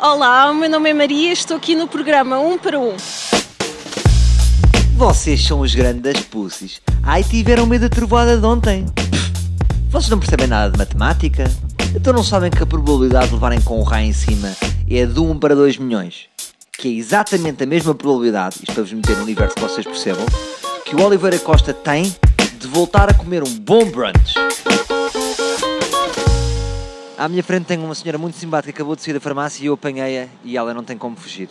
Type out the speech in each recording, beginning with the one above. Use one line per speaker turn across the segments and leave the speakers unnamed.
Olá, o meu nome é Maria, estou aqui no programa 1 para 1.
Vocês são os grandes das pussies. Ai, tiveram medo da trovoada de ontem. Pff, Vocês não percebem nada de matemática? Então não sabem que a probabilidade de levarem com o raio em cima é de 1 para 2 milhões. Que é exatamente a mesma probabilidade, isto para vos meter no universo que vocês percebam, que o Oliveira Costa tem de voltar a comer um bom brunch. À minha frente tem uma senhora muito simpática que acabou de sair da farmácia e eu apanhei-a e ela não tem como fugir.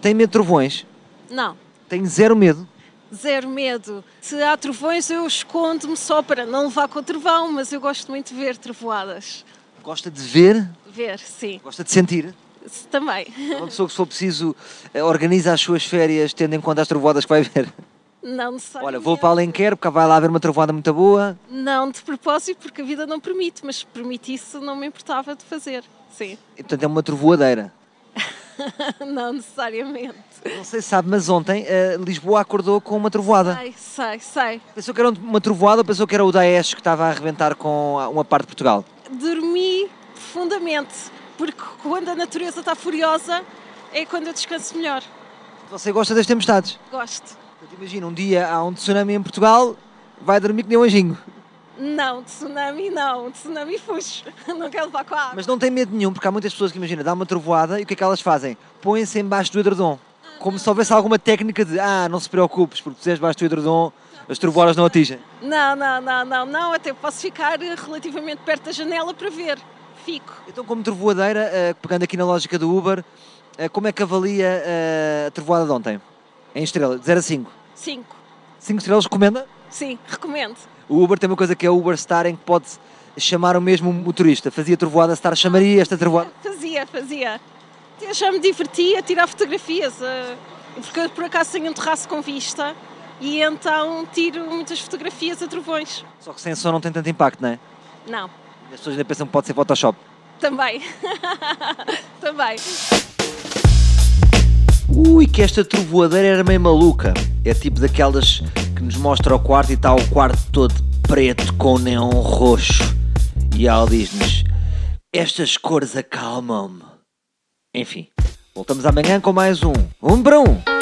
Tem medo de trovões?
Não,
Tem zero medo?
zero medo. Se há trovões, eu escondo-me só para não levar com o trovão, mas eu gosto muito de ver trovoadas.
Gosta de ver?
Ver, sim,
Gosta de sentir?
se- também.
É Uma pessoa que, se for preciso, eh, organiza as suas férias tendo em conta as trovoadas que vai ver.
Não necessariamente.
Olha, vou para Alenquer porque vai lá haver uma trovoada muito boa.
Não de propósito, porque a vida não permite, mas se permitisse, não me importava de fazer. Sim,
E, portanto, é uma trovoadeira.
não necessariamente.
Não sei se sabe, mas ontem eh, Lisboa acordou com uma trovoada.
Sei, sei, sei.
Pensou que era um, uma trovoada ou pensou que era o Daesh que estava a arrebentar com a- uma parte de Portugal?
dormi profundamente, porque quando a natureza está furiosa é quando eu descanso melhor.
Você gosta das tempestades?
Gosto.
Portanto, imagina, um dia há um tsunami em Portugal, vai dormir que nem um anjinho.
Não, tsunami não, tsunami fujo. Não quero levar com a água.
Mas não tem medo nenhum, porque há muitas pessoas que, imagina, dá uma trovoada e o que é que elas fazem? Põem-se embaixo do edredom. Como se houvesse alguma técnica de, ah, não se preocupes, porque se estiveres embaixo do edredom, as trovoadas não atingem.
Não, não, não, não, não, até posso ficar eh, relativamente perto da janela para ver. Fico.
Então, como trovoadeira, eh, pegando aqui na lógica do Uber, eh, como é que avalia eh, a trovoada de ontem? Em estrelas, de 0 a 5.
Cinco.
5 estrelas, recomenda?
Sim, recomendo.
O Uber tem uma coisa que é o Uber Star, em que pode chamar o mesmo motorista. Fazia trovoada Star, chamaria esta trovoada.
Fazia, fazia. Eu já me divertia a tirar fotografias, eh, porque eu, por acaso tenho um terraço com vista e então tiro muitas fotografias a trovões.
Só que sem som não tem tanto impacto, não é?
Não,
As pessoas ainda pensam que pode ser Photoshop.
Também. Também.
Ui, que esta trovoadeira era meio maluca. É tipo daquelas que nos mostra o quarto e está o quarto todo preto com neon roxo. E ela diz-nos: Estas cores acalmam-me. Enfim, voltamos amanhã com mais um. Um para um!